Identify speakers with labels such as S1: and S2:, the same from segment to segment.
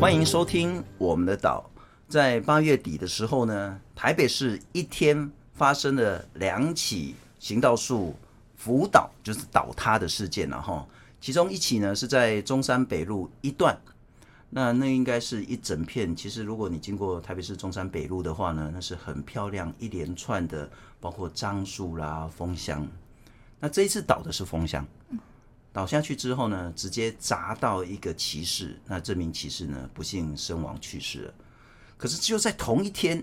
S1: 欢迎收听我们的岛。在八月底的时候呢，台北市一天发生了两起行道树辅导，就是倒塌的事件了哈。其中一起呢是在中山北路一段，那那应该是一整片。其实如果你经过台北市中山北路的话呢，那是很漂亮一连串的，包括樟树啦、枫香。那这一次倒的是枫香。倒下去之后呢，直接砸到一个骑士，那这名骑士呢不幸身亡去世了。可是就在同一天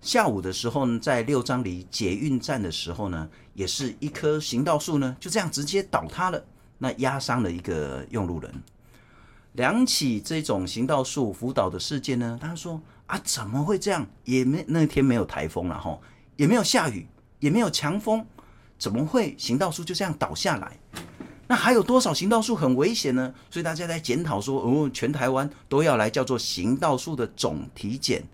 S1: 下午的时候呢，在六张犁捷运站的时候呢，也是一棵行道树呢就这样直接倒塌了，那压伤了一个用路人。两起这种行道树辅导的事件呢，他说啊怎么会这样？也没那天没有台风了哈，也没有下雨，也没有强风，怎么会行道树就这样倒下来？那还有多少行道树很危险呢？所以大家在检讨说，哦，全台湾都要来叫做行道树的总体检，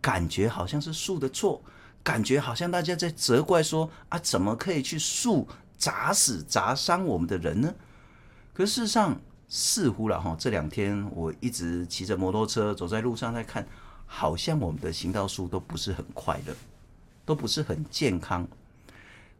S1: 感觉好像是树的错，感觉好像大家在责怪说啊，怎么可以去树砸死砸伤我们的人呢？可是事实上，似乎了哈，这两天我一直骑着摩托车走在路上在看，好像我们的行道树都不是很快乐，都不是很健康。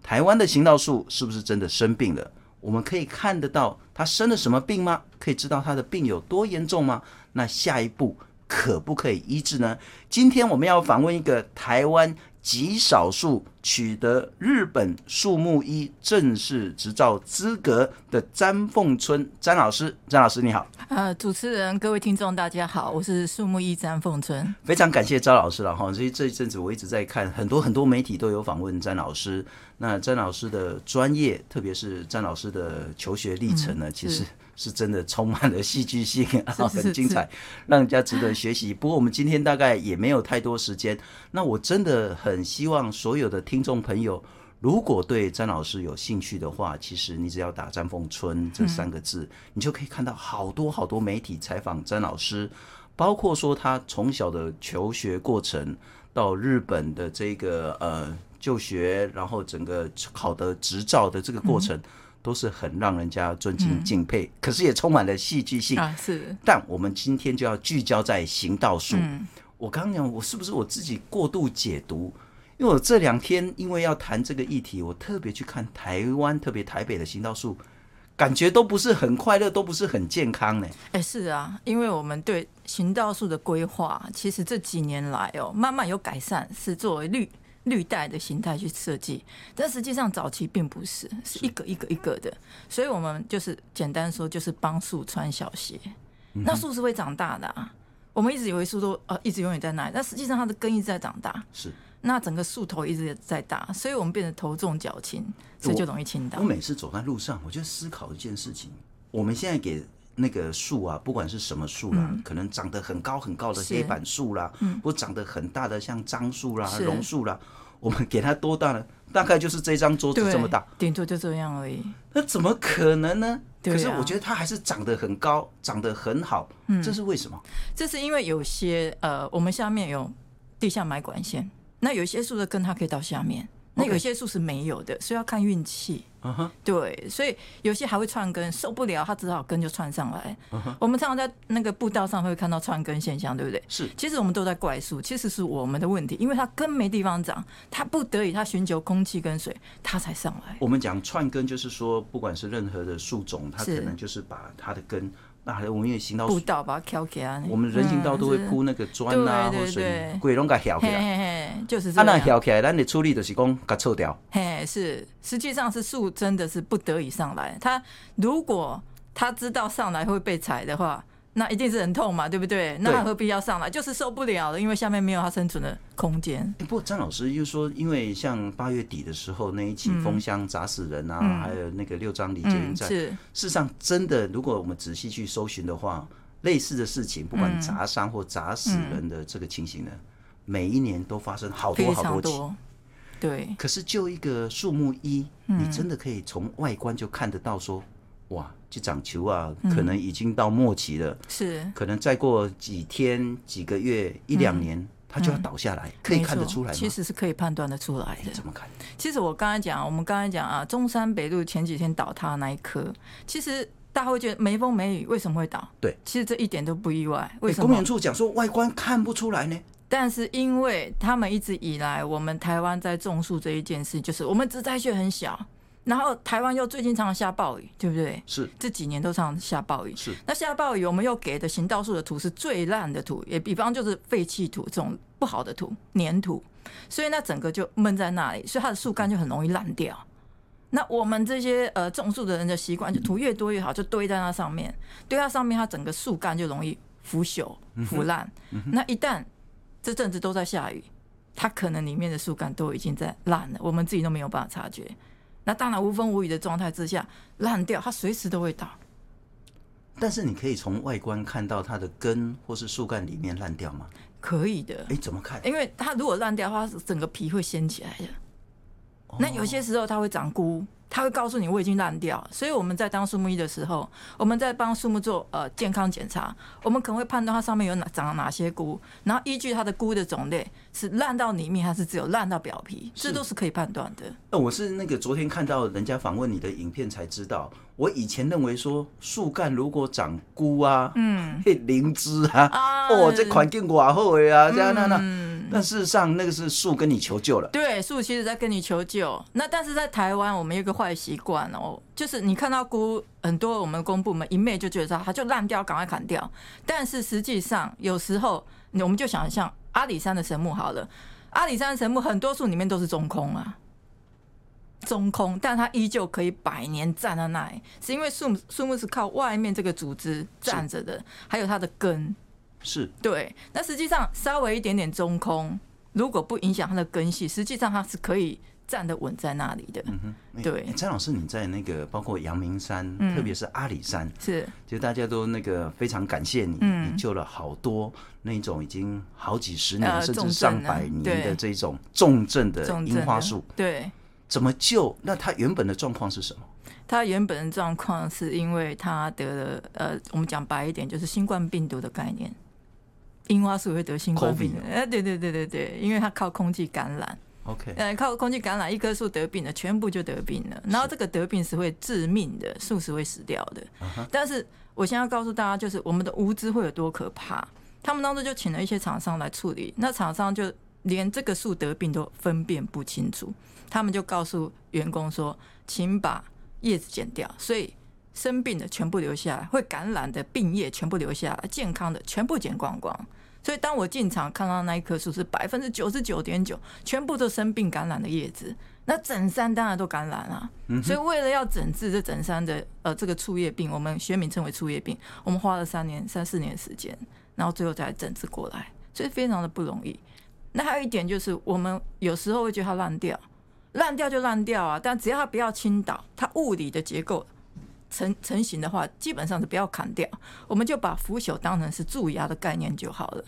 S1: 台湾的行道树是不是真的生病了？我们可以看得到它生了什么病吗？可以知道它的病有多严重吗？那下一步可不可以医治呢？今天我们要访问一个台湾极少数取得日本树木医正式执照资格的詹凤春詹老师。詹老师你好，
S2: 呃，主持人、各位听众，大家好，我是树木一詹凤春。
S1: 非常感谢詹老师了哈。所以这一阵子我一直在看很多很多媒体都有访问詹老师。那詹老师的专业，特别是詹老师的求学历程呢，其实
S2: 嗯是
S1: 是真的充满了戏剧性，然后
S2: 是是
S1: 很精彩，让人家值得学习。不过我们今天大概也没有太多时间。那我真的很希望所有的听众朋友。如果对詹老师有兴趣的话，其实你只要打“詹凤春”这三个字，你就可以看到好多好多媒体采访詹老师，包括说他从小的求学过程，到日本的这个呃就学，然后整个考得执照的这个过程，都是很让人家尊敬敬佩，可是也充满了戏剧性。
S2: 啊，是，
S1: 但我们今天就要聚焦在行道树。
S2: 嗯，
S1: 我刚刚讲，我是不是我自己过度解读？因为我这两天因为要谈这个议题，我特别去看台湾，特别台北的行道树，感觉都不是很快乐，都不是很健康呢、
S2: 哎、是啊，因为我们对行道树的规划，其实这几年来哦，慢慢有改善，是作为绿绿带的形态去设计，但实际上早期并不是，是一个一个一个的，所以我们就是简单说，就是帮树穿小鞋。那树是会长大的啊，我们一直以为树都呃一直永远在那里，但实际上它的根一直在长大，
S1: 是
S2: 那整个树头一直在大，所以我们变得头重脚轻，所以就容易倾倒
S1: 我。每次走在路上，我就思考一件事情：我们现在给那个树啊，不管是什么树啦、可能长得很高很高的
S2: 嗯是嗯
S1: 黑板树啦，或长得很大的像樟树啦、
S2: 是
S1: 榕树啦，我们给它多大呢？大概就是这张桌子
S2: 对，
S1: 这么大，
S2: 顶多就这样而已。
S1: 那怎么可能呢？
S2: 对啊
S1: 可是我觉得它还是长得很高，长得很好，
S2: 嗯
S1: 这是为什么？
S2: 这是因为有些呃，我们下面有地下埋管线，那有些树的根它可以到下面，那
S1: OK
S2: 有些树是没有的，所以要看运气。
S1: 嗯哼，
S2: 对，所以有些还会串根，受不了，它只好根就串上来。
S1: 嗯
S2: 我们常常在那个步道上会看到串根现象，对不对？
S1: 是
S2: 其实我们都在怪树，其实是我们的问题，因为它根没地方长，它不得已，它寻求空气跟水，它才上来。
S1: 我们讲串根，就是说，不管是任何的树种，它
S2: 是
S1: 可能就是把它的根，那还有我们也行道
S2: 步道把它挑起来，
S1: 哦
S2: 啊
S1: 我们人行道都会
S2: 嗯
S1: 铺那个砖啊，
S2: 对
S1: 或
S2: 对
S1: 者水泥，
S2: 对
S1: 鬼拢给挑起
S2: 嘿
S1: 来。
S2: 嘿嘿，就是
S1: 啊，
S2: 这
S1: 那
S2: 样。
S1: 挑起来，咱的处理就是讲给撤掉。
S2: 嘿，是，实际上是树真的是不得已上来。他如果他知道上来会被踩的话，那一定是很痛嘛，对不对？那他何必要上来？就是受不了了，因为下面没有他生存的空间。
S1: 欸不过张老师又说，因为像八月底的时候那一起风箱砸死人啊，还有那个六张里捷运
S2: 嗯，
S1: 站，
S2: 是
S1: 事实上，真的，如果我们仔细去搜寻的话，类似的事情，不
S2: 嗯
S1: 管砸伤或砸死人的这个情形呢，每一年都发生好多
S2: 非
S1: 好
S2: 常
S1: 多起。
S2: 多。对，
S1: 可是就一个树木一，
S2: 嗯
S1: 你真的可以从外观就看得到说，哇，这长球啊，
S2: 嗯
S1: 可能已经到末期了，
S2: 是
S1: 可能再过几天、几个月、一两年，它就要倒下来，可以
S2: 嗯没
S1: 看得
S2: 错
S1: 出来吗？
S2: 其实是可以判断得出来的。
S1: 怎么看？
S2: 其实我刚才讲，我们刚才讲啊，中山北路前几天倒塌那一棵，其实。大家会觉得没风没雨为什么会倒？
S1: 对，
S2: 其实这一点都不意外。为
S1: 欸
S2: 什
S1: 公
S2: 么
S1: 园？处讲说外观看不出来呢，
S2: 但是因为他们一直以来，我们台湾在种树这一件事，就是我们植栽却很小，然后台湾又最近常常下暴雨，对不对？
S1: 是
S2: 这几年都常常下暴雨，
S1: 是
S2: 那下暴雨，我们又给的行道树的土是最烂的土，也比方就是废弃土这种不好的土、粘土，所以那整个就闷在那里，所以它的树干就很容易烂掉。那我们这些呃种树的人的习惯，就土越多越好，就堆在那上面，堆在上面，它整个树干就容易腐朽、腐烂。那一旦这阵子都在下雨，它可能里面的树干都已经在烂了，我们自己都没有办法察觉。那当然无风无雨的状态之下，烂掉，它随时都会倒。
S1: 但是你可以从外观看到它的根或是树干里面烂掉吗？
S2: 可以的，
S1: 哎，怎么看？
S2: 因为它如果烂掉的话，整个皮会掀起来的。那有些时候它会长菇，它会告诉你我已经烂掉了。所以我们在当树木医的时候，我们在帮树木做呃健康检查，我们可能会判断它上面有哪长了哪些菇，然后依据它的菇的种类是烂到里面还是只有烂到表皮，这都是可以判断的。
S1: 呃，我是那个昨天看到人家访问你的影片才知道，我以前认为说树干如果长菇啊，嗯，灵芝啊，
S2: 啊嗯
S1: 哦，这款境寡后的啊，这样那那，但事实上那个是树跟你求救了，
S2: 对，树其实在跟你求救。那但是在台湾，我们有一个坏习惯哦，就是你看到菇，很多我们公部门一昧就觉得它它就烂掉，赶快砍掉。但是实际上，有时候你我们就想象阿里山的神木好了，阿里山的神木很多树里面都是中空啊。中空，但它依旧可以百年站在那里，是因为树树木是靠外面这个组织站着的，还有它的根。
S1: 是
S2: 对，那实际上稍微一点点中空，如果不影响它的根系，实际上它是可以站得稳在那里的。
S1: 欸
S2: 对嗯
S1: 欸张老师，你在那个包括阳明山，特别是阿里山，
S2: 是，
S1: 其实大家都那个非常感谢你，
S2: 嗯
S1: 你救了好多那种已经好几十年、
S2: 呃
S1: 甚
S2: 重
S1: 至
S2: 症
S1: 上
S2: 啊
S1: 百年
S2: 对
S1: 的这种重症的
S2: 重症啊
S1: 樱
S2: 的
S1: 花树，。
S2: 对，
S1: 怎么救？那它原本的状况是什么？
S2: 它原本的状况是因为它得了呃，我们讲白一点，就是新冠病毒的概念。樱花树会得新冠病毒
S1: COVID 哦，
S2: 哎、对对对对对，因为它靠空气感染，
S1: OK，
S2: 呃，靠空气感染，一棵树得病了，全部就得病了。然后这个得病是会致命的，树是会死掉的。但是我现在要告诉大家，就是我们的无知会有多可怕。他们当时就请了一些厂商来处理，那厂商就连这个树得病都分辨不清楚，他们就告诉员工说，请把叶子剪掉。所以。生病的全部留下来，会感染的病叶全部留下来，健康的全部剪光光。所以当我进场看到那一棵树是百分之九十九点九全部都生病感染的叶子，那整山当然都感染了、啊所以为了要整治这整山的呃这个粗叶病，我们学名称为粗叶病，我们花了三年三四年时间，然后最后才整治过来，所以非常的不容易。那还有一点就是，我们有时候会觉得它烂掉，烂掉就烂掉啊，但只要它不要倾倒，它物理的结构成成型的话，基本上是不要砍掉，我们就把腐朽当成是蛀牙的概念就好了。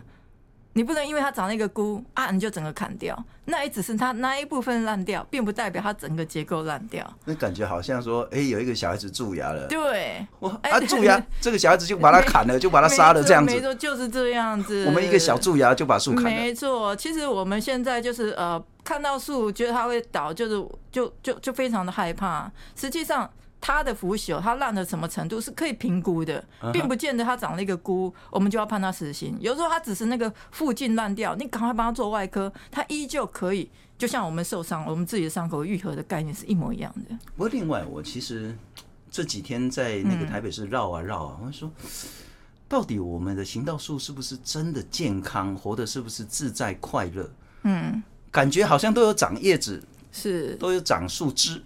S2: 你不能因为它长了一个菇啊，你就整个砍掉，那也只是它那一部分烂掉，并不代表它整个结构烂掉。
S1: 那感觉好像说，哎、有一个小孩子蛀牙了，
S2: 对，
S1: 哇，
S2: 哎
S1: 啊
S2: 对
S1: 蛀牙，这个小孩子就把他砍了，就把他杀了，
S2: 没错
S1: 这样
S2: 没
S1: 子。
S2: 错，就是这样子。
S1: 我们一个小蛀牙就把树砍了，
S2: 没错，其实我们现在就是呃，看到树觉得它会倒，就是就就就非常的害怕。实际上，它的腐朽，它烂到什么程度是可以评估的，
S1: 嗯
S2: 并不见得它长了一个菇，我们就要判它死刑。有时候它只是那个附近烂掉，你赶快帮它做外科，它依旧可以。就像我们受伤，我们自己的伤口愈合的概念是一模一样的。
S1: 不过另外，我其实这几天在那
S2: 嗯
S1: 个台北市绕啊绕啊，我说，到底我们的行道树是不是真的健康，活得是不是自在快乐？
S2: 嗯，
S1: 感觉好像都有长叶子，
S2: 是
S1: 都有长树枝，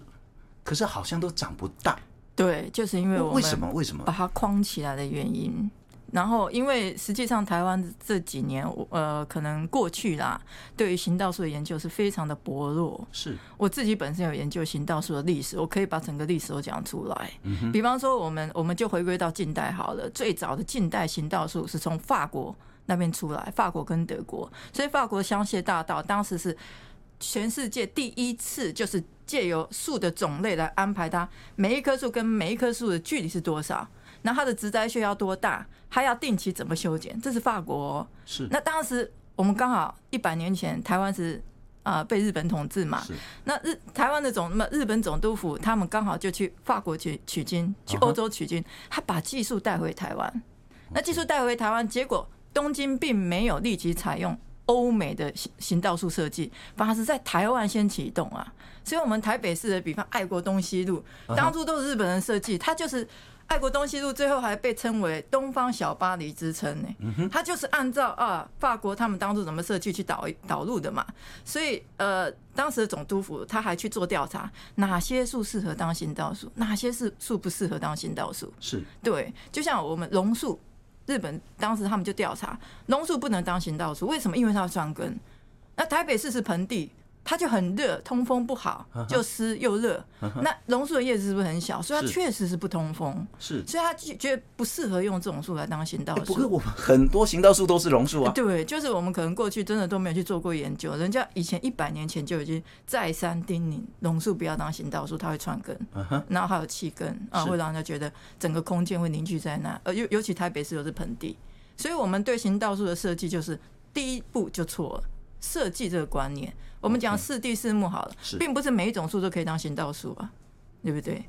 S1: 可是好像都长不大。
S2: 对，就是因为我们
S1: 为什么？为什
S2: 把
S1: 么？
S2: 它框起来的原因。然后，因为实际上台湾这几年，我呃，可能过去啦，对于行道树的研究是非常的薄弱。
S1: 是
S2: 我自己本身有研究行道树的历史，我可以把整个历史都讲出来。比方说，我们我们就回归到近代好了，最早的近代行道树是从法国那边出来，法国跟德国，所以法国香榭大道当时是全世界第一次，就是借由树的种类来安排它每一棵树跟每一棵树的距离是多少，那它的植栽穴要多大，它要定期
S1: 嗯
S2: 怎么修剪，这是法国、哦。
S1: 是，
S2: 那当时我们刚好一百年前，台湾是啊、被日本统治嘛
S1: 是。
S2: 那日台湾的总那么日本总督府，他们刚好就去法国取取经，去
S1: 啊哈
S2: 欧洲取经，他把技术带回台湾。那技术带回台湾，结果东京并没有立即采用欧美的行行道树设计，反而是在台湾先启动啊。所以，我们台北市的，比方爱国东西路，
S1: 啊
S2: 当初都是日本人设计，它就是爱国东西路，最后还被称为“东方小巴黎”之称呢、
S1: 嗯
S2: 它就是按照啊法国他们当初怎么设计去导导入的嘛。所以，呃，当时的总督府他还去做调查，哪些树适合当行道树，哪些是树不适合当行道树。
S1: 是
S2: 对，就像我们榕树，日本当时他们就调查，榕树不能当行道树，为什么？因为它要酸根。那台北市是盆地，它就很热，通风不好，
S1: 啊
S2: 就湿又热。那榕树的叶子是不是很小？所以它
S1: 是
S2: 确实是不通风，
S1: 是。
S2: 所以它就觉得不适合用这种树来当行道
S1: 哎不过
S2: 树。
S1: 我们很多行道树都是榕树啊，
S2: 呃对，就是我们可能过去真的都没有去做过研究，人家以前一百年前就已经再三叮咛，榕树不要当行道树，它会串根，然后还有气根
S1: 嗯
S2: 啊，
S1: 是
S2: 会让人家觉得整个空间会凝聚在那。呃，尤尤其台北市又是盆地，所以我们对行道树的设计就是第一步就错了，设计这个观念。我们讲四地四木好了
S1: 是
S2: 并不是每一种树都可以当行道树啊，对不对？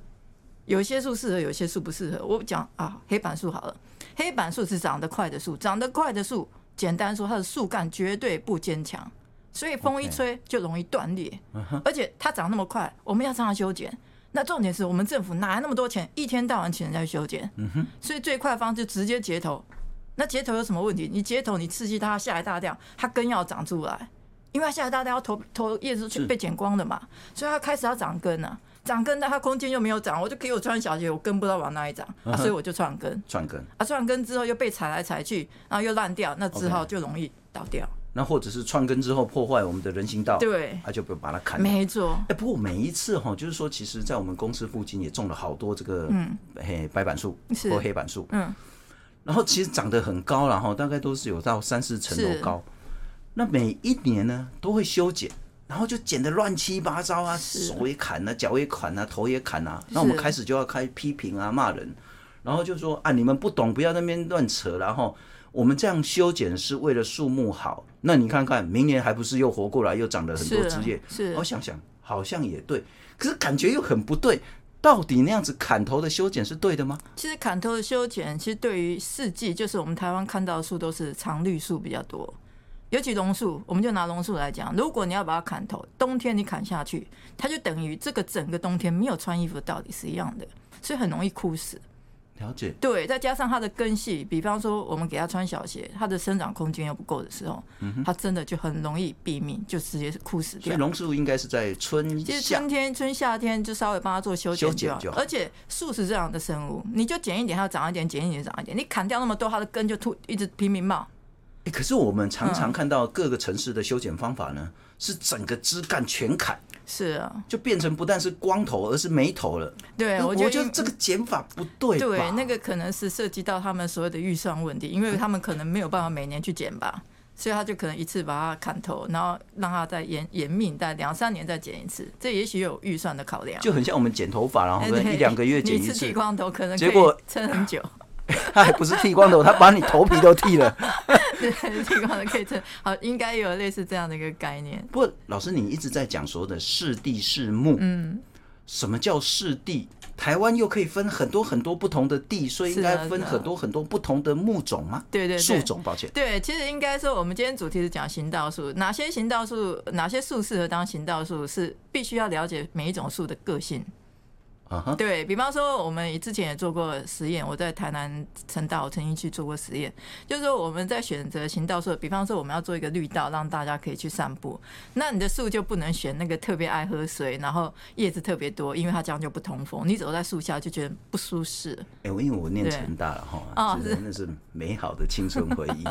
S2: 有些树适合，有些树不适合。我讲啊，黑板树好了，黑板树是长得快的树，长得快的树，简单说，它的树干绝对不坚强，所以风一
S1: OK 嗯
S2: 吹就容易断裂。而且它长那么快，我们要让它修剪。那重点是我们政府哪来那么多钱，一天到晚请人家去修剪？
S1: 嗯
S2: 所以最快的方式就直接截头。那截头有什么问题？你截头，你刺激它吓一大跳，它根要长出来，因为它吓一大跳，头头叶子
S1: 是
S2: 去被剪光了嘛，所以它开始要长根啊。长根，那它空间又没有长，我就给我穿小鞋，我根不知道往哪里长，
S1: 嗯
S2: 啊、所以我就串根。
S1: 串根，
S2: 啊，串根之后又被踩来踩去，然后又烂掉，那之后
S1: OK
S2: 就容易倒掉。
S1: 那或者是串根之后破坏我们的人行道，
S2: 对，
S1: 啊，就不把它砍掉。
S2: 没错，
S1: 哎、不过每一次哈，就是说，其实，在我们公司附近也种了好多这个黑白板树
S2: 是
S1: 或黑板树，
S2: 嗯，
S1: 然后其实长得很高了哈，大概都是有到三四层楼
S2: 是
S1: 高。那每一年呢都会修剪，然后就剪得乱七八糟啊，
S2: 是
S1: 手也砍啊，脚也砍啊，头也砍啊。那我们
S2: 是
S1: 开始就要开批评啊，骂人，然后就说啊，你们不懂，不要在那边乱扯啦，然后。我们这样修剪是为了树木好，那你看看，明年还不是又活过来，又长了很多
S2: 是啊
S1: 枝叶，
S2: 是
S1: 我想想，好像也对，可是感觉又很不对。到底那样子砍头的修剪是对的吗？
S2: 其实砍头的修剪，其实对于四季，就是我们台湾看到的树都是常绿树比较多，尤其榕树，我们就拿榕树来讲，如果你要把它砍头，冬天你砍下去，它就等于这个整个冬天没有穿衣服的道理是一样的，所以很容易枯死。
S1: 了解，
S2: 对，再加上它的根系，比方说我们给它穿小鞋，它的生长空间又不够的时候，它真的就很容易毙命，就直接枯死
S1: 所以
S2: 掉。
S1: 榕树应该是在春
S2: 其实
S1: 夏
S2: 春天、春夏天就稍微帮它做修剪
S1: 修剪
S2: 好
S1: 就好
S2: 而且树是这样的生物，你就剪一点，它长一点；剪一点，长一点。你砍掉那么多，它的根就突一直拼命冒。
S1: 诶可是我们常
S2: 嗯
S1: 常看到各个城市的修剪方法呢，是整个枝干全砍，
S2: 是啊，
S1: 就变成不但是光头，而是没头了。
S2: 对，啊
S1: 那
S2: 我
S1: 我
S2: 觉得嗯
S1: 觉得这个剪法不对吧？
S2: 对，那个可能是涉及到他们所谓的预算问题，因为他们可能没有办法每年去剪吧，所以他就可能一次把它砍头，然后让它再延延命，再两三年再剪一次，这也许有预算的考量。
S1: 就很像我们剪头发，然后
S2: 哎
S1: 可能
S2: 对
S1: 一两个月
S2: 你
S1: 剪一
S2: 次
S1: 次
S2: 剃，光头可能
S1: 结果
S2: 可以撑很久，
S1: 他还不是剃光头，他把你头皮都剃了。
S2: 对，剃光头可以撑，好，应该有类似这样的一个概念。
S1: 不过老师，你一直在讲所谓的市地市木，嗯，什么叫市地？台湾又可以分很多很多不同的地，所以应
S2: 是啊
S1: 该分
S2: 是啊
S1: 很多很多不同的木种吗？
S2: 对对对
S1: 树种，抱歉，
S2: 对，其实应该说，我们今天主题是讲行道树，哪些行道树，哪些树适合当行道树，是必须要了解每一种树的个性。
S1: 啊哈，
S2: 对比方说，我们之前也做过实验，我在台南城道曾经去做过实验，就是说我们在选择行道树，比方说我们要做一个绿道，让大家可以去散步，那你的树就不能选那个特别爱喝水，然后叶子特别多，因为它这样就不通风，你走在树下就觉得不舒适。
S1: 哎、我因为我念
S2: 对
S1: 成大了哈，
S2: 哦
S1: 真的那是美好的青春回 忆。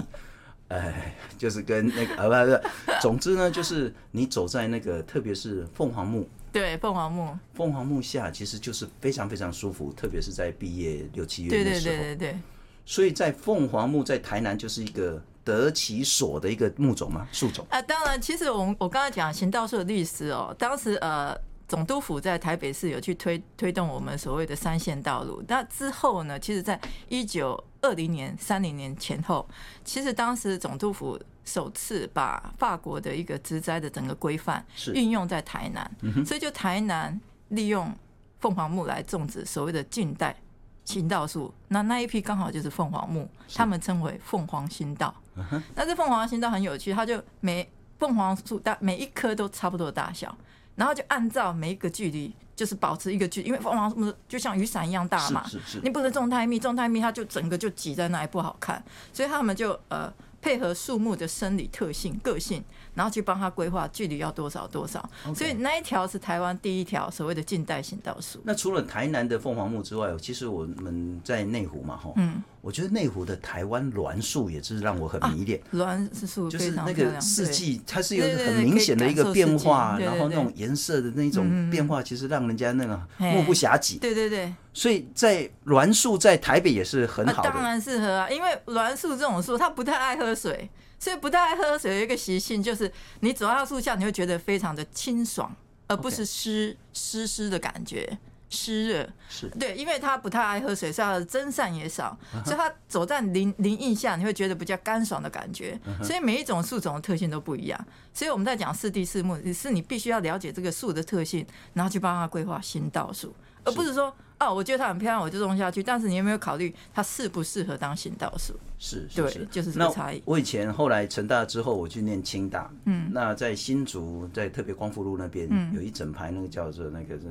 S1: 哎，就是跟那个啊，不是不是，总之呢，就是你走在那个，特别是凤凰木，
S2: 对，凤凰木，
S1: 凤凰木下其实就是非常非常舒服，特别是在毕业六七
S2: 对
S1: 月的
S2: 对
S1: 时候
S2: 对。对对。
S1: 所以在凤凰木在台南就是一个得其所的一个木种嘛，树种。
S2: 啊，当然，其实我们我刚才讲行道树的历史哦，当时呃。总督府在台北市有去推推动我们所谓的三线道路，那之后呢，其实在一九二零年、三零年前后，其实当时总督府首次把法国的一个植栽的整个规范
S1: 是嗯
S2: 运用在台南，所以就台南利用凤凰木来种植所谓的近代行道树，那那一批刚好就是凤凰木，他们称为凤凰新道。
S1: 嗯
S2: 那这凤凰新道很有趣，它就每凤凰树大每一棵都差不多大小，然后就按照每一个距离，就是保持一个距离，因为凤凰木就像雨伞一样大嘛，
S1: 是是
S2: 你
S1: 是，
S2: 不能种太密，种太密它就整个就挤在那里不好看，所以他们就呃配合树木的生理特性、个性，然后去帮它规划距离要多少多少。所以那一条是台湾第一条所谓的近代行道树。
S1: 那除了台南的凤凰木之外，其实我们在内湖嘛，哈，嗯，我觉得内湖的台湾栾树也是让我
S2: 啊
S1: 很迷恋。
S2: 栾树
S1: 就
S2: 非
S1: 是
S2: 常
S1: 那
S2: 漂
S1: 个
S2: 亮，
S1: 四
S2: 对
S1: 季，它是有一个
S2: 对对
S1: 很
S2: 对
S1: 明
S2: 可以
S1: 显的
S2: 感
S1: 一个
S2: 受
S1: 变
S2: 四季
S1: 化，
S2: 对
S1: 然
S2: 对
S1: 后那
S2: 对嗯
S1: 种颜色的那种变化，其实让人家那个目不
S2: 嘿
S1: 暇接。
S2: 对对对，
S1: 所以在栾树在台北也是很
S2: 那
S1: 好
S2: 当
S1: 的，
S2: 然适合啊，因为栾树这种树它不太爱喝水，所以不太爱喝水有一个习性就是，你走到树下你会觉得非常的清爽，而不
S1: OK
S2: 是湿湿湿的感觉，湿热。
S1: 是
S2: 对，因为它不太爱喝水，所以它的蒸散也少，
S1: 嗯
S2: 所以它走在林林荫下，你会觉得比较干爽的感觉。
S1: 嗯
S2: 所以每一种树种的特性都不一样，所以我们在讲四地四木，是你必须要了解这个树的特性，然后去帮它规划新道树，而不是说哦，我觉得它很漂亮，我就种下去。但是你有没有考虑它适不适合当新道树？
S1: 是是
S2: 对
S1: 是，
S2: 就是这个
S1: 那
S2: 差异
S1: 我以前后来成大之后，我去念清大，嗯，那在新竹，在特别光复路那边、有一整排那个叫做那个是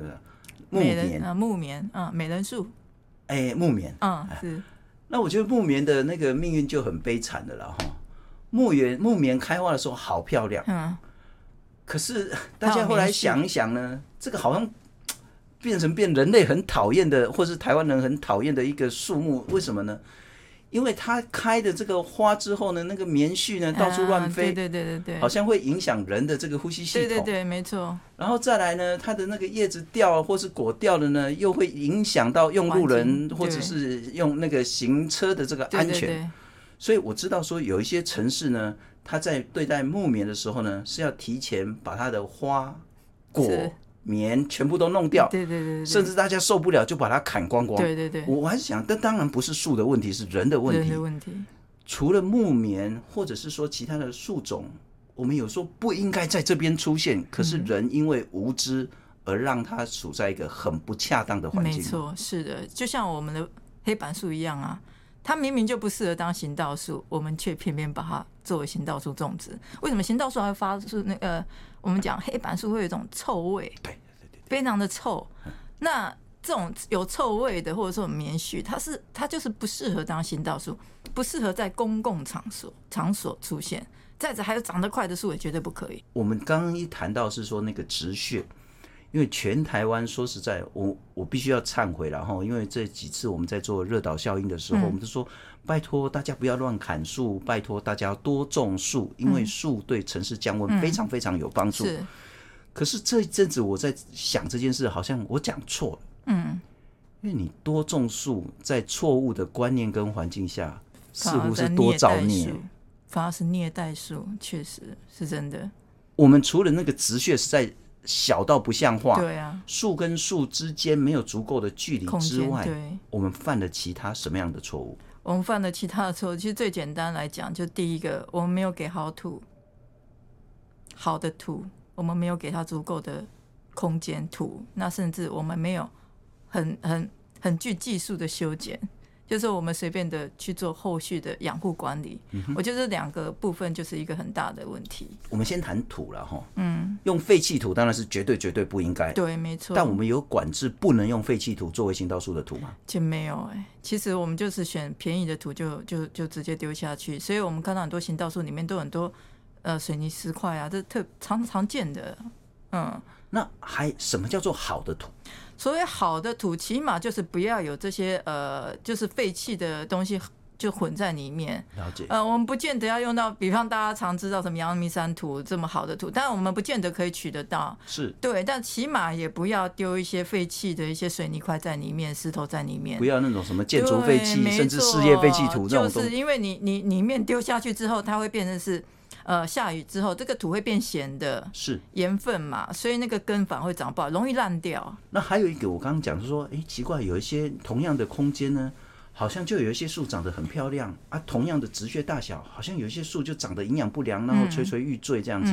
S1: 木
S2: 嗯美人
S1: 棉，
S2: 啊、木棉啊、美人树，
S1: 哎、木棉。
S2: 嗯，是
S1: 那我觉得木棉的那个命运就很悲惨的了哈。木棉木棉开花的时候好漂亮，
S2: 嗯，
S1: 可是大家后来
S2: 没事
S1: 想一想呢，这个好像变成变人类很讨厌的，或是台湾人很讨厌的一个树木，为什么呢？因为它开的这个花之后呢，那个棉絮呢到处乱
S2: 啊
S1: 飞，
S2: 对对对对
S1: 好
S2: 对，
S1: 像会影响人的这个呼吸系
S2: 对
S1: 统。
S2: 对对，没错，
S1: 然后再来呢，它的那个叶子掉啊或是果掉了呢，又会影响到用路人
S2: 环境
S1: 或者是用那个行车的这个
S2: 对
S1: 安
S2: 对
S1: 全。
S2: 对，
S1: 所以我知道说有一些城市呢，它在对待木棉的时候呢，是要提前把它的花、果
S2: 是、
S1: 棉全部都弄掉，
S2: 对对对对对，
S1: 甚至大家受不了就把它砍光光。
S2: 对对对，
S1: 我我还是想，但当然不是树的问题，是人的问
S2: 人
S1: 题
S2: 的。问题。
S1: 除了木棉，或者是说其他的树种，我们有时候不应该在这边出现，可是
S2: 嗯
S1: 人因为无知而让它处在一个很不恰当的环
S2: 没
S1: 境。
S2: 错，是的，就像我们的黑板树一样啊，它明明就不适合当行道树，我们却偏偏把它作为行道树种植。为什么行道树还会发出那个我们讲黑板树会有一种臭味？
S1: 对对
S2: 非常的臭。那这种有臭味的或者说棉絮，它是它就是不适合当行道树，不适合在公共场所场所出现。再者，还有长得快的树也绝对不可以。
S1: 我们刚刚一谈到是说那个直穴，因为全台湾说实在，我我必须要忏悔了哈，因为这几次我们在做热岛效应的时
S2: 嗯
S1: 候，我们就说拜托大家不要乱砍树，拜托大家多种树，因为树对城市降温非常非常有帮助。
S2: 嗯是，
S1: 可是这一阵子我在想这件事，好像我讲错了，
S2: 嗯，
S1: 因为你多种树，在错误的观念跟环境下，似
S2: 反而
S1: 乎是
S2: 在
S1: 多
S2: 虐
S1: 造
S2: 待
S1: 孽
S2: 树。，反而是虐待树，确实是真的。
S1: 我们除了那个直穴实在小到不像话，
S2: 对啊，
S1: 树跟树之间没有足够的距离
S2: 空
S1: 之
S2: 间
S1: 外，
S2: 对。
S1: 我们犯了其他什么样的错误？
S2: 我们犯了其他的错误，其实最简单来讲，就第一个，我们没有给好土，好的土，我们没有给它足够的空间土，那甚至我们没有很很很具技术的修剪，就是我们随便的去做后续的养护管理。
S1: 嗯
S2: 我觉得这两个部分就是一个很大的问题。
S1: 我们先谈土了哈，嗯，用废弃土当然是绝对绝对不应该，
S2: 对，没错。
S1: 哎但我们有管制不能用废弃土作为行道树的土吗？
S2: 就没有哎、其实我们就是选便宜的土就就就直接丢下去，所以我们看到很多行道树里面都有很多呃水泥石块啊，这特常常见的。嗯，
S1: 那还什么叫做好的土？
S2: 所谓好的土，起码就是不要有这些呃，就是废弃的东西就混在里面。
S1: 了解，
S2: 呃，我们不见得要用到，比方大家常知道什么阳明山土这么好的土，但我们不见得可以取得到。
S1: 是
S2: 对，但起码也不要丢一些废弃的一些水泥块在里面、石头在里面
S1: 不。要那种什么建筑废弃
S2: 对，没
S1: 甚至
S2: 错
S1: 事业废弃土这种
S2: 就
S1: 东
S2: 是
S1: 西。
S2: 因为你你里面丢下去之后，它会变成是，呃，下雨之后这个土会变咸的
S1: 是，
S2: 盐分嘛，所以那个根反而会长不好，容易烂掉。
S1: 那还有一个我刚刚讲是说，哎，奇怪，有一些同样的空间呢，好像就有一些树长得很漂亮啊，同样的植穴大小，好像有一些树就长得营养不良，
S2: 嗯
S1: 然后垂垂欲坠这样子。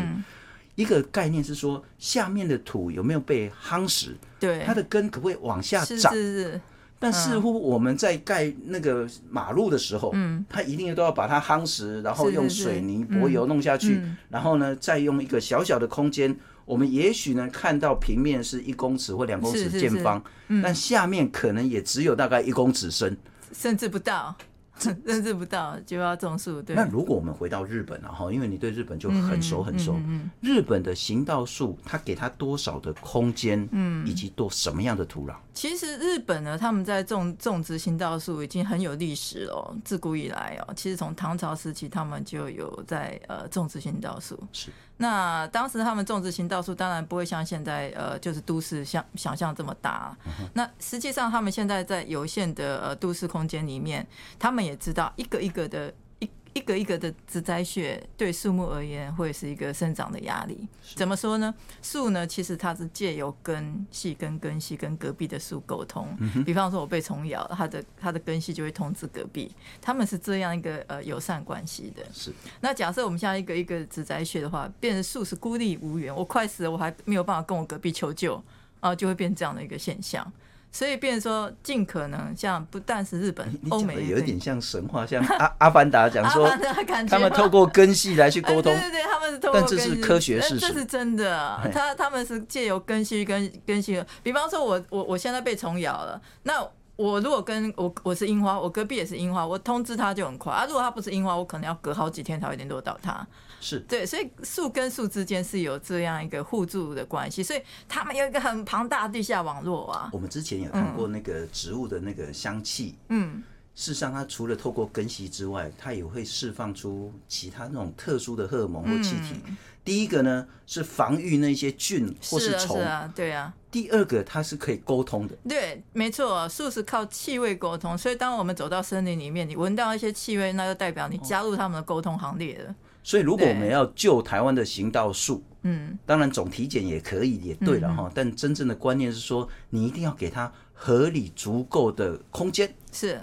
S1: 一个概念是说，下面的土有没有被夯实，
S2: 对，
S1: 它的根可不可以往下
S2: 是
S1: 长？
S2: 是是，
S1: 但似乎
S2: 嗯
S1: 我们在盖那个马路的时候，嗯，它一定都要把它夯实，然后
S2: 是是
S1: 用
S2: 是嗯
S1: 水泥柏油弄下去，然后呢，再用一个小小的空间，我们也许呢看到平面是一公尺或两公
S2: 是
S1: 尺
S2: 是嗯
S1: 见方，但下面可能也只有大概一公尺深。
S2: 甚至不到， 甚至不到就要种树，对，
S1: 那如果我们回到日本啊，哈，因为你对日本就很熟很
S2: 嗯
S1: 熟，日本的行道树它给它多少的空间，嗯，以及多什么样的土壤？
S2: 其实日本呢，他们在种种植行道树已经很有历史了哦，自古以来哦，其实从唐朝时期他们就有在呃种植行道树。
S1: 是。
S2: 那当时他们种植行道树，当然不会像现在呃就是都市想想象这么大。那实际上他们现在在有限的呃都市空间里面，他们也知道一个一个的。一一个一个的植栽穴对树木而言会是一个生长的压力。怎么说呢？树呢，其实它是借由根系跟根系跟隔壁的树沟通。
S1: 嗯
S2: 比方说，我被虫咬，它的它的根系就会通知隔壁，他们是这样一个呃友善关系的。
S1: 是。
S2: 那假设我们现在一个一个植栽穴的话，变成树是孤立无援，我快死了，我还没有办法跟我隔壁求救，啊、就会变这样的一个现象。所以，变成说，尽可能像不但是日本
S1: 哎你、
S2: 欧
S1: 讲
S2: 美
S1: 的
S2: 也
S1: 有一
S2: 是
S1: 点像神话，像阿阿凡达讲
S2: 阿
S1: 说
S2: 凡达感觉
S1: 他们透过根系来去沟通
S2: 哎，对对对，他们是透过
S1: 但这是
S2: 根系
S1: 科学事实
S2: 哎这是真的
S1: 哎。
S2: 他他们是借由根系跟根系，比方说我我我现在被虫咬了，那。我如果跟我我是樱花，我隔壁也是樱花，我通知他就很快啊。如果他不是樱花，我可能要隔好几天才会联络到他。
S1: 是
S2: 对，所以树跟树之间是有这样一个互助的关系，所以他们有一个很庞大的地下网络啊。
S1: 我们之前有谈过那个植物的那个香气。
S2: 嗯，
S1: 事实上，它除了透过根系之外，它也会释放出其他那种特殊的荷尔蒙或气体。第一个呢是防御那些菌或
S2: 嗯是啊，
S1: 虫，
S2: 是啊，对啊。
S1: 第二个它是可以沟通的。
S2: 对，没错，树是靠气味沟通，所以当我们走到森林里面，你闻到一些气味，那就代表你加入他们的沟通行列了。
S1: 所以，如果
S2: 对
S1: 我们要救台湾的行道树，
S2: 嗯，
S1: 当然总体检也可以，也对了哈。但真正的观念是说，你一定要给它合理足够的空间，
S2: 是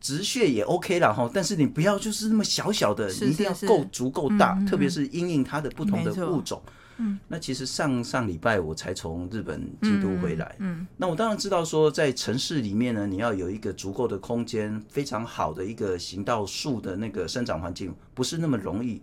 S1: 直穴也 OK 了哈。但是你不要就是那么小小的，
S2: 是
S1: 你一定要
S2: 是
S1: 够
S2: 是
S1: 足够大，特别是因应它的不同
S2: 没
S1: 的
S2: 错
S1: 物种。嗯，那其实上上礼拜我才从日本京都回来，嗯，那我当然知道说，在城市里面呢，你要有一个足够的空间，非常好的一个行道树的那个生长环境，不是那么容易。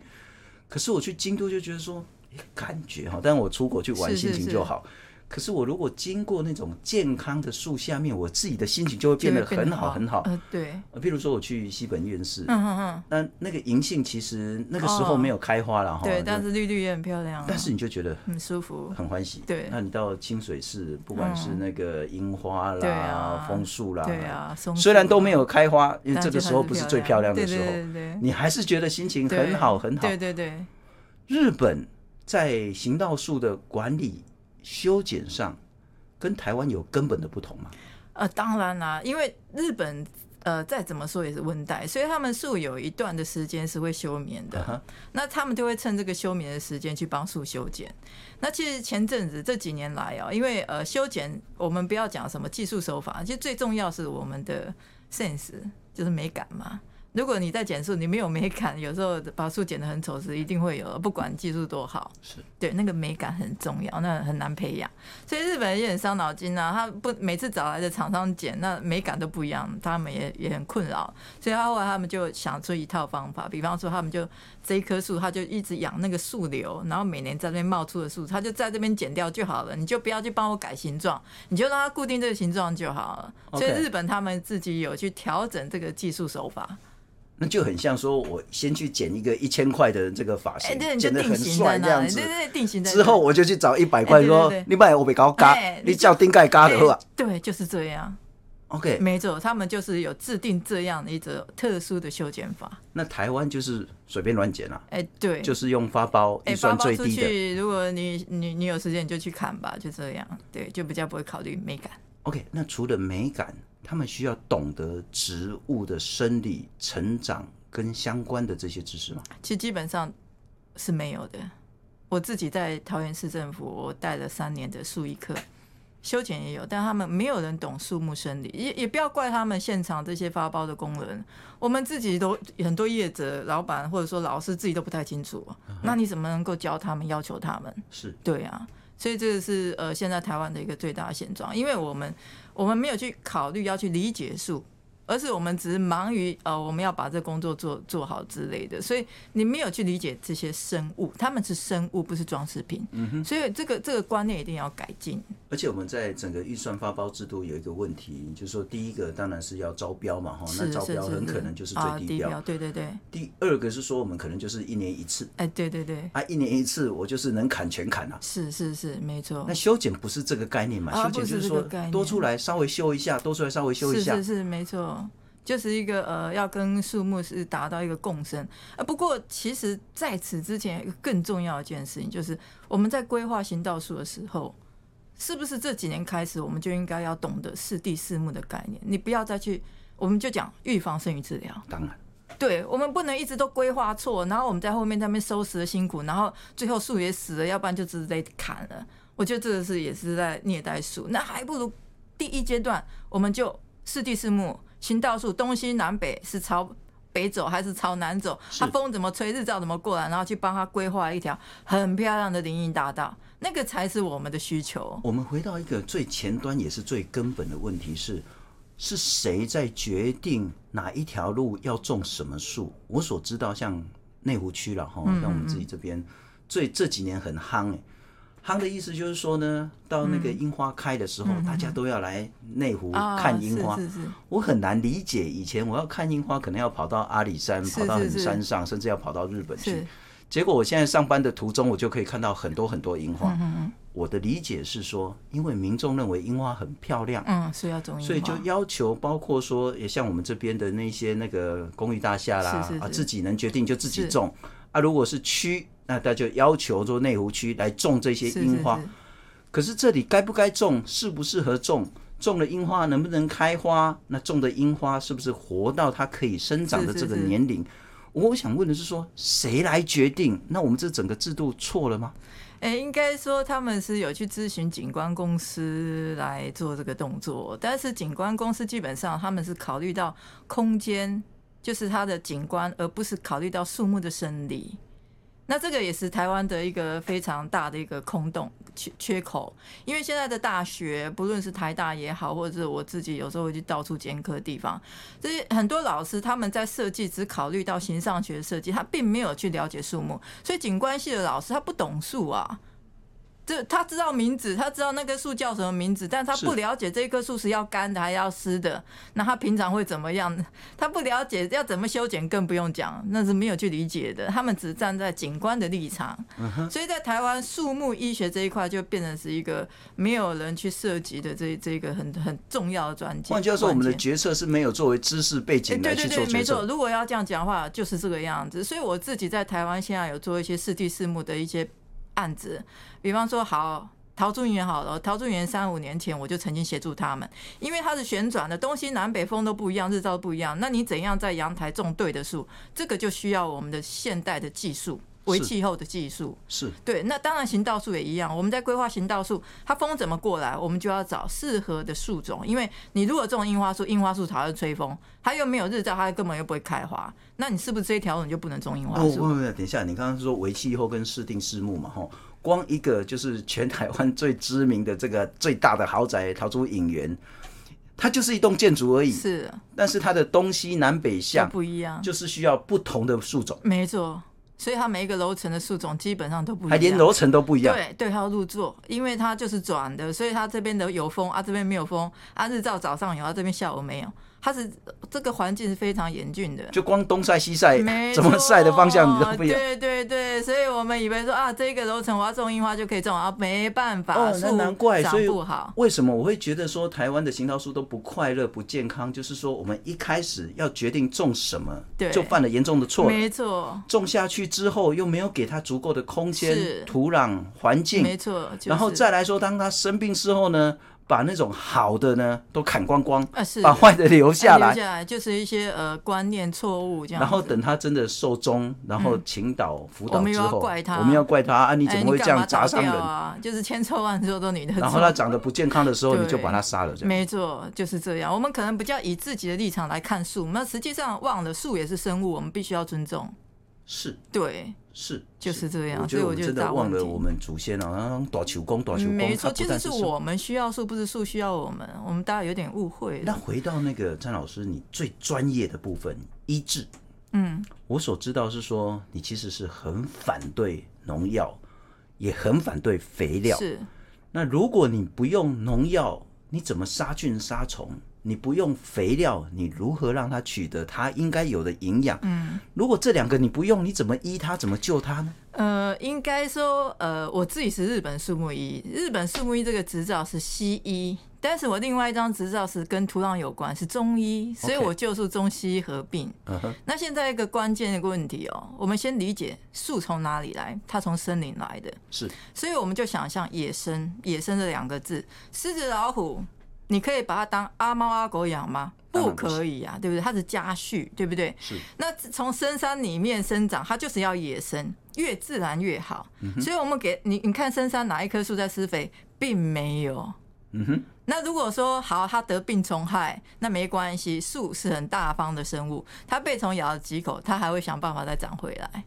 S1: 可是我去京都就觉得说，诶感觉哈，但我出国去玩
S2: 是是
S1: 心情就好。可是我如果经过那种健康的树下面，我自己的心情就会变得
S2: 就会变
S1: 很好很好。
S2: 呃，对，
S1: 呃，譬如说我去西本院士，
S2: 嗯嗯嗯，
S1: 那那个银杏其实那个时候没有开花了哈，
S2: 对，
S1: 哦就
S2: 但是绿绿也很漂亮啊、
S1: 但是你就觉得
S2: 很舒服。
S1: 很欢喜。
S2: 对嗯
S1: 那你到清水寺，不管是那个樱花
S2: 对
S1: 啦
S2: 啊、
S1: 枫树啦，
S2: 对啊，松
S1: 虽然
S2: 树
S1: 都没有开花，因为
S2: 但
S1: 这个
S2: 就
S1: 时候
S2: 还
S1: 不是最漂亮的时候，
S2: 对对对
S1: 你还是觉得心情
S2: 对，
S1: 很
S2: 对
S1: 好很好。
S2: 对对对，
S1: 日本在行道树的管理修剪上，跟台湾有根本的不同嘛？
S2: 呃，当然啦，因为日本呃再怎么说也是温带，所以他们树有一段的时间是会休眠 的。
S1: 啊哈
S2: 那他们就会趁这个休眠的时间去帮树修剪。那其实前阵子这几年来啊、因为呃修剪，我们不要讲什么技术手法，其实最重要是我们的 sense，就是美感嘛。如果你在剪树，你没有美感， 有时候把树剪得很丑时，一定会有的，不管技术多好。
S1: 是
S2: 对那个美感很重要，那很难培养。所以日本人也很伤脑筋啊，他不每次找来的厂商剪，那美感都不一样，他们也也很困扰。所以他后来他们就想出一套方法，比方说他们就这一棵树，他就一直养那个树瘤，然后每年在那边冒出的树，他就在这边剪掉就好了，你就不要去帮我改形状，你就让它固定这个形状就好了。所以
S1: OK
S2: 日本他们自己有去调整这个技术手法。
S1: 那就很像说，我先去剪一个一千块的这个发
S2: 哎、
S1: 型，
S2: 对，你就
S1: 剪得
S2: 定
S1: 很
S2: 型在
S1: 帅这
S2: 那
S1: 样
S2: 里，
S1: 子
S2: 对，对，对定型在
S1: 之后
S2: 那里
S1: 我就去找一百块
S2: 哎对对
S1: 说
S2: 对，
S1: 你买我被搞嘎
S2: 哎，
S1: 你
S2: 你
S1: 叫丁盖嘎的话
S2: 哎对，就是这样。
S1: ，OK。
S2: 没错，他们就是有制定这样的一种特殊的修剪法。
S1: 那台湾就是随便乱剪啦，
S2: 哎、对，
S1: 就是用发包
S2: 哎、
S1: 预
S2: 包
S1: 算
S2: 包
S1: 最
S2: 出
S1: 低的。
S2: 去，如果你你你有时间，你就去看吧，就这样，对，就比较不会考虑美感。
S1: OK，那除了美感，他们需要懂得植物的生理成长跟相关的这些知识吗？
S2: 其实基本上是没有的。我自己在桃园市政府，我带了三年的树艺课，修剪也有，但他们没有人懂树木生理，也也不要怪他们现场这些发包的工人，我们自己都很多业者、老板或者说老师自己都不太清楚，那你怎么能够教他们、要求他们？
S1: 是
S2: 对啊，所以这个是呃现在台湾的一个最大的现状，因为我们我们没有去考虑要去理解树，而是我们只是忙于呃我们要把这工作做做好之类的，所以你没有去理解这些生物，他们是生物，不是装饰品。嗯哼，所以这个这个观念一定要改进。
S1: 而且我们在整个预算发包制度有一个问题，就是说第一个当然是要招标嘛，哈，哦那
S2: 是
S1: 招
S2: 是
S1: 标
S2: 是
S1: 很可能就是最
S2: 啊
S1: 低标。
S2: 对对对，
S1: 第二个是说我们可能就是一年一次，
S2: 哎，对对对，
S1: 啊，一年一次我就是能砍全砍啊。
S2: 是是是，没错
S1: 那。修剪不是这个概念嘛？
S2: 啊
S1: 修剪就是
S2: 不
S1: 说
S2: 是这个概念
S1: 多出来稍微修一下，多出来稍微修一
S2: 是
S1: 下。
S2: 是是，没错，就是一个呃，要跟树木是达到一个共生。啊，不过其实在此之前，有一个更重要的一件事情，就是我们在规划行道树的时候，是不是这几年开始我们就应该要懂得四地四木的概念？你不要再去，我们就讲预防胜于治疗。
S1: 当然，
S2: 对，我们不能一直都规划错，然后我们在后面在那边收拾的辛苦，然后最后树也死了，要不然就直接砍了。我觉得这个是也是在虐待树，那还不如第一阶段我们就四地四木，行道树，东西南北是朝北走还是朝南走，
S1: 是
S2: 它风怎么吹，日照怎么过来，然后去帮它规划一条很漂亮的林荫大道，那个才是我们的需求。
S1: 我们回到一个最前端也是最根本的问题是，是谁在决定哪一条路要种什么树？我所知道，像内湖区了哈，
S2: 嗯
S1: 像我们自己这边，最这几年很夯哎、夯的意思就是说呢，到那
S2: 嗯
S1: 个樱花开的时候，大家都要来内湖哦看樱花。
S2: 啊是是是，
S1: 我很难理解，以前我要看樱花，可能要跑到阿里山，
S2: 是
S1: 跑到很
S2: 是是
S1: 山上，甚至要跑到日本去
S2: 是。
S1: 结果我现在上班的途中，我就可以看到很多很多樱
S2: 嗯
S1: 花。我的理解是说，因为民众认为樱花很漂亮，
S2: 嗯，所以要种樱花，
S1: 所以就要求包括说，也像我们这边的那些那个公寓大厦啦
S2: 是是，是
S1: 啊，自己能决定就自己
S2: 是
S1: 种。啊，如果是区，那他就要求说内湖区来种这些
S2: 是
S1: 樱花
S2: 是。是
S1: 可是这里该不该种，适不适合种，种了樱花能不能开花？那种的樱花是不是活到它可以生长的这
S2: 是是
S1: 个
S2: 是
S1: 年龄？我想问的是说，谁来决定？那我们这整个制度错了吗？
S2: 哎、应该说他们是有去咨询景观公司来做这个动作，但是景观公司基本上他们是考虑到空间，就是它的景观，而不是考虑到树木的生理。那这个也是台湾的一个非常大的一个空洞缺缺口，因为现在的大学，不论是台大也好，或者是我自己有时候会去到处兼课的地方，这些很多老师他们在设计只考虑到形上学设计，他并没有去了解树木，所以景观系的老师他不懂树啊。这他知道名字，他知道那棵树叫什么名字，但他
S1: 是
S2: 不了解这棵树是要干的还是要湿的，那他平常会怎么样？他不了解要怎么修剪，更不用讲，那是没有去理解的。他们只站在景观的立场，
S1: 嗯
S2: 所以在台湾树木医学这一块就变成是一个没有人去涉及的这这个很很重要的专辑。
S1: 换句话说，我们的
S2: 关键
S1: 决策是没有作为知识背景来
S2: 哎对
S1: 去
S2: 对
S1: 做
S2: 对，
S1: 决
S2: 没
S1: 策
S2: 错。。如果要这样讲的话，就是这个样子。所以我自己在台湾现在有做一些四地四木的一些案子，比方说好。陶朱园好了，陶朱园三五年前我就曾经协助他们，因为它是旋转的，东西南北风都不一样，日照不一样。那你怎样在阳台种对的树？这个就需要我们的现代的技术，为
S1: 是
S2: 气候的技术。
S1: 是
S2: 对，那当然行道树也一样，我们在规划行道树，它风怎么过来，我们就要找适合的树种，因为你如果种樱花树，樱花树它会吹风，它又没有日照，它根本又不会开花，那你是不是这一条路你就不能种樱花
S1: 哦，
S2: 树？
S1: 不不不，等一下，你刚刚说为气候跟市定市目嘛，吼，光一个就是全台湾最知名的这个最大的豪宅桃竹影园，它就是一栋建筑而已，
S2: 是
S1: 但是它的东西南北
S2: 就
S1: 向
S2: 不一样，
S1: 就是需要不同的树种，
S2: 没错，所以它每一个楼层的树种基本上都不一样，
S1: 还连楼层都不一样。
S2: 对对，它要入座，因为它就是转的，所以它这边的有风啊，这边没有风啊，日照早上有，啊这边下午没有，它是呃这个环境是非常严峻的。
S1: 就光东晒西晒
S2: 没，
S1: 怎么晒的方向你都不一样。
S2: 错对对对，所以我们以为说啊，这个楼层我要种樱花就可以种啊，没办法，
S1: 哦，那
S2: 树
S1: 难怪，所
S2: 长
S1: 以
S2: 不好。
S1: 为什么我会觉得说台湾的行道树都不快乐、不健康？就是说我们一开始要决定种什么，
S2: 对
S1: 就犯了严重的错。
S2: 没错，
S1: 种下去之后，又没有给它足够的空间
S2: 是、
S1: 土壤、环境，
S2: 没错，就是
S1: 然后再来说，当它生病之后呢，把那种好的呢都砍光光，
S2: 啊是
S1: 把坏的留下来
S2: 留，下来就是一些呃观念错误这样子。嗯
S1: 然后等他真的寿终，然后请导辅导
S2: 我们
S1: 之
S2: 又要
S1: 后，
S2: 怪他
S1: 我们要怪他啊！你怎
S2: 哎
S1: 么会
S2: 干
S1: 这样
S2: 嘛
S1: 砸
S2: 倒
S1: 伤人
S2: 掉？啊？就是千错万错都你的错。
S1: 然后他长得不健康的时候，
S2: 对
S1: 你就把他杀了，这样。
S2: 没错，就是这样。我们可能比较以自己的立场来看树，那实际上忘了树也是生物，我们必须要尊重。
S1: 是
S2: 对，
S1: 是，
S2: 就是这样
S1: 我觉
S2: 所
S1: 得我
S2: 以我
S1: 们
S2: 觉得
S1: 真的
S2: 大
S1: 忘
S2: 问
S1: 了
S2: 题
S1: 我们祖先啊，短球公，短球
S2: 没
S1: 公，他
S2: 错，
S1: 不
S2: 其
S1: 但
S2: 实
S1: 是
S2: 是
S1: 生
S2: 我们需要树，不是树需要我们。我们大家有点误会
S1: 那
S2: 了。
S1: 回到那个詹老师，你最专业的部分医治，
S2: 嗯，
S1: 我所知道是说你其实是很反对农药，也很反对肥料。
S2: 是
S1: 那如果你不用农药，你怎么杀菌杀虫？你不用肥料，你如何让它取得它应该有的营养？嗯，如果这两个你不用，你怎么医它？怎么救它呢？
S2: 呃，应该说，呃，我自己是日本树木医，日本树木医这个执照是西医，但是我另外一张执照是跟土壤有关，是中医，所以
S1: OK
S2: 我就是中西合并。
S1: 嗯哼，
S2: 那现在一个关键的问题哦，我们先理解树从哪里来，它从森林来的，
S1: 是
S2: 所以我们就想象野生，野生这两个字，狮子、老虎，你可以把它当阿猫阿狗养吗？
S1: 当
S2: 不
S1: 然不行
S2: 可以啊，对不对？它是家畜，对不对？
S1: 是，
S2: 那从深山里面生长，它就是要野生，越自然越好。所以我们给你，你看深山哪一棵树在施肥，并没有。
S1: 嗯哼，
S2: 那如果说好，它得病虫害，那没关系，树是很大方的生物，它被虫咬了几口，它还会想办法再长回来。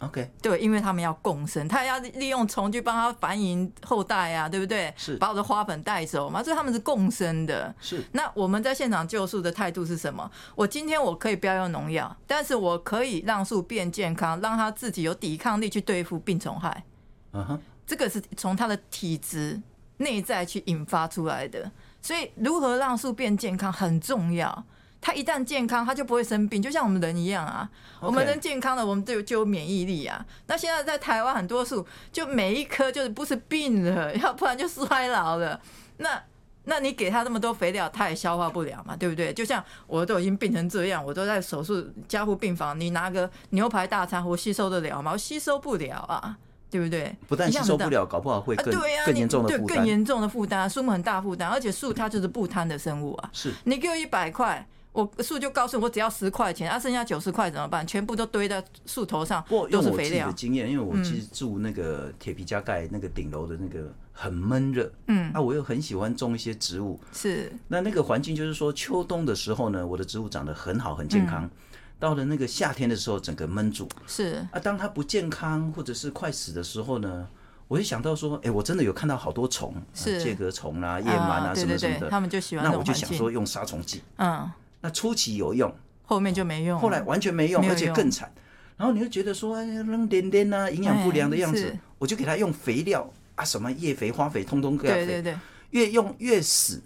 S1: OK，
S2: 对，因为它们要共生，它要利用虫去帮它繁衍后代啊，对不对？
S1: 是
S2: 把我的花粉带走嘛，所以它们是共生的。
S1: 是
S2: 那我们在现场救树的态度是什么？我今天我可以不要用农药，但是我可以让树变健康，让它自己有抵抗力去对付病虫害。
S1: 嗯哼，
S2: 这个是从它的体质内在去引发出来的。所以，如何让树变健康很重要。它一旦健康，它就不会生病，就像我们人一样啊。
S1: OK
S2: 我们人健康了，我们就有就有免疫力啊。那现在在台湾很多树，就每一棵就是不是病了，要不然就衰老了。 那那你给它那么多肥料，它也消化不了嘛，对不对？就像我都已经病成这样，我都在手术加护病房，你拿个牛排大餐，我吸收得了吗？我吸收不了啊，对不对？
S1: 不但
S2: 一
S1: 吸
S2: 样
S1: 收
S2: 的
S1: 不了，搞不好会
S2: 啊，
S1: 更、
S2: 对呀、
S1: 更
S2: 你
S1: 严重的
S2: 对
S1: 负
S2: 更
S1: 担。
S2: 严重的负担，树木很大负担，而且树它就是不贪的生物啊。
S1: 是
S2: 你给我一百块，我树就告诉我只要十块钱，啊，剩下九十块怎么办？全部都堆在树头上
S1: 不过，
S2: 都
S1: 用
S2: 是
S1: 我自
S2: 肥
S1: 己的
S2: 料。嗯
S1: 经验，因为我其实住那个铁皮加盖那个顶楼的那个很闷热，嗯，啊，我又很喜欢种一些植物，
S2: 是
S1: 那那个环境就是说，秋冬的时候呢，我的植物长得很好，很健康。
S2: 嗯
S1: 到了那个夏天的时候，整个闷住
S2: 是，
S1: 啊。当它不健康或者是快死的时候呢，我就想到说，哎、我真的有看到好多虫，
S2: 是
S1: 啊介壳虫啦、夜螨啊
S2: 啊对
S1: 什么
S2: 对
S1: 什么
S2: 对
S1: 的。
S2: 他们就喜欢
S1: 那
S2: 这
S1: 我
S2: 种
S1: 就
S2: 环
S1: 想
S2: 境
S1: 说用杀虫剂，
S2: 嗯，
S1: 那初期有用，
S2: 后面就没用了。
S1: 后来完全没用，
S2: 没有
S1: 而且
S2: 用
S1: 更惨。然后你就觉得说，哎，扔点点啊，营养不良的样
S2: 哎
S1: 子，
S2: 是
S1: 我就给它用肥料啊，什么叶肥、花肥，通通给它
S2: 对
S1: 肥。
S2: 对对，
S1: 越用越死，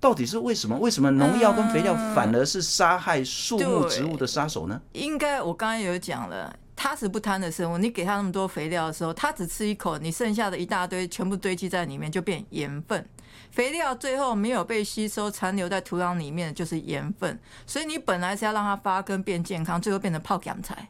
S1: 到底是为什么？为什么农药跟肥料
S2: 嗯
S1: 反而是杀害树木
S2: 对
S1: 植物的杀手呢？
S2: 应该我刚刚有讲了。它是不贪的生物，你给它那么多肥料的时候，它只吃一口，你剩下的一大堆全部堆积在里面，就变盐分。肥料最后没有被吸收，残留在土壤里面的就是盐分。所以你本来是要让它发根变健康，最后变成泡干菜。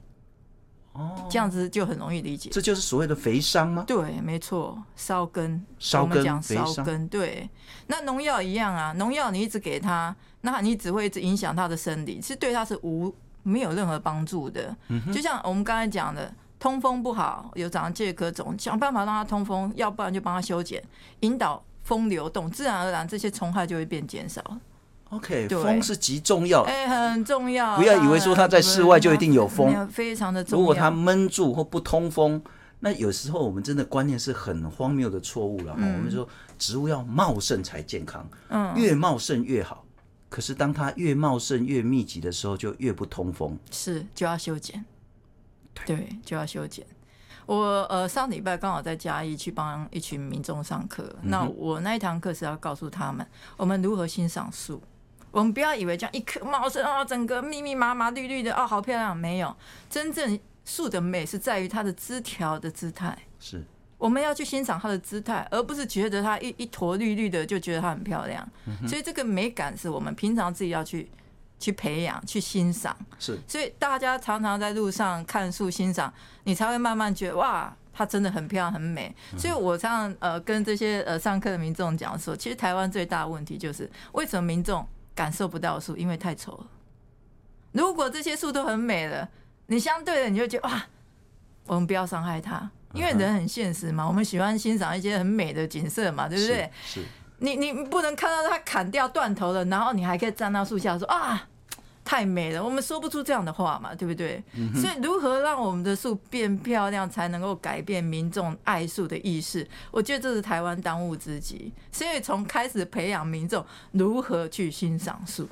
S2: 哦，这样子就很容易理解。
S1: 这就是所谓的肥商吗？
S2: 对，没错，烧根，
S1: 烧
S2: 我
S1: 根
S2: 们讲
S1: 肥
S2: 烧
S1: 伤
S2: 根，对。那农药一样啊，农药你一直给它，那你只会一直影响它的生理，是对它是无没有任何帮助的。
S1: 嗯
S2: 就像我们刚才讲的，通风不好，有长介壳种，想办法让它通风，要不然就帮它修剪，引导风流动，自然而然这些虫害就会变减少。
S1: 哦？OK，
S2: 对
S1: 风是极重要。
S2: 哎、很重要。
S1: 不要以为说它在室外就一定有
S2: 当然
S1: 风，，
S2: 非常的重要。
S1: 如果它闷住或不通风，那有时候我们真的观念是很荒谬的错误了哈。我们说植物要茂盛才健康，
S2: 嗯
S1: 越茂盛越好。可是当它越茂盛越密集的时候，就越不通风。
S2: 是就要修剪，对，就要修剪。我呃上礼拜刚好在嘉义去帮一群民众上课，那我那一堂课是要告诉他们我们如何欣赏树。我们不要以为这样一棵茂盛啊，整个密密麻麻绿绿的哦，好漂亮。没有，真正树的美是在于它的枝条的姿态。
S1: 是
S2: 我们要去欣赏它的姿态，而不是觉得它一一坨绿绿的就觉得它很漂亮。所以这个美感是我们平常自己要去去培养、去欣赏。
S1: 是，
S2: 所以大家常常在路上看树欣赏，你才会慢慢觉得哇，它真的很漂亮、很美。所以我常常呃跟这些呃上课的民众讲说，其实台湾最大的问题就是为什么民众感受不到树，因为太丑了。如果这些树都很美了，你相对的你就觉得哇，我们不要伤害它，因为人很现实嘛，我们喜欢欣赏一些很美的景色嘛，对不对？
S1: 是
S2: 你你不能看到它砍掉断头了，然后你还可以站到树下说啊，太美了。我们说不出这样的话嘛，对不对？
S1: 嗯
S2: 所以如何让我们的树变漂亮，才能够改变民众爱树的意识？我觉得这是台湾当务之急。所以从开始培养民众如何去欣赏树，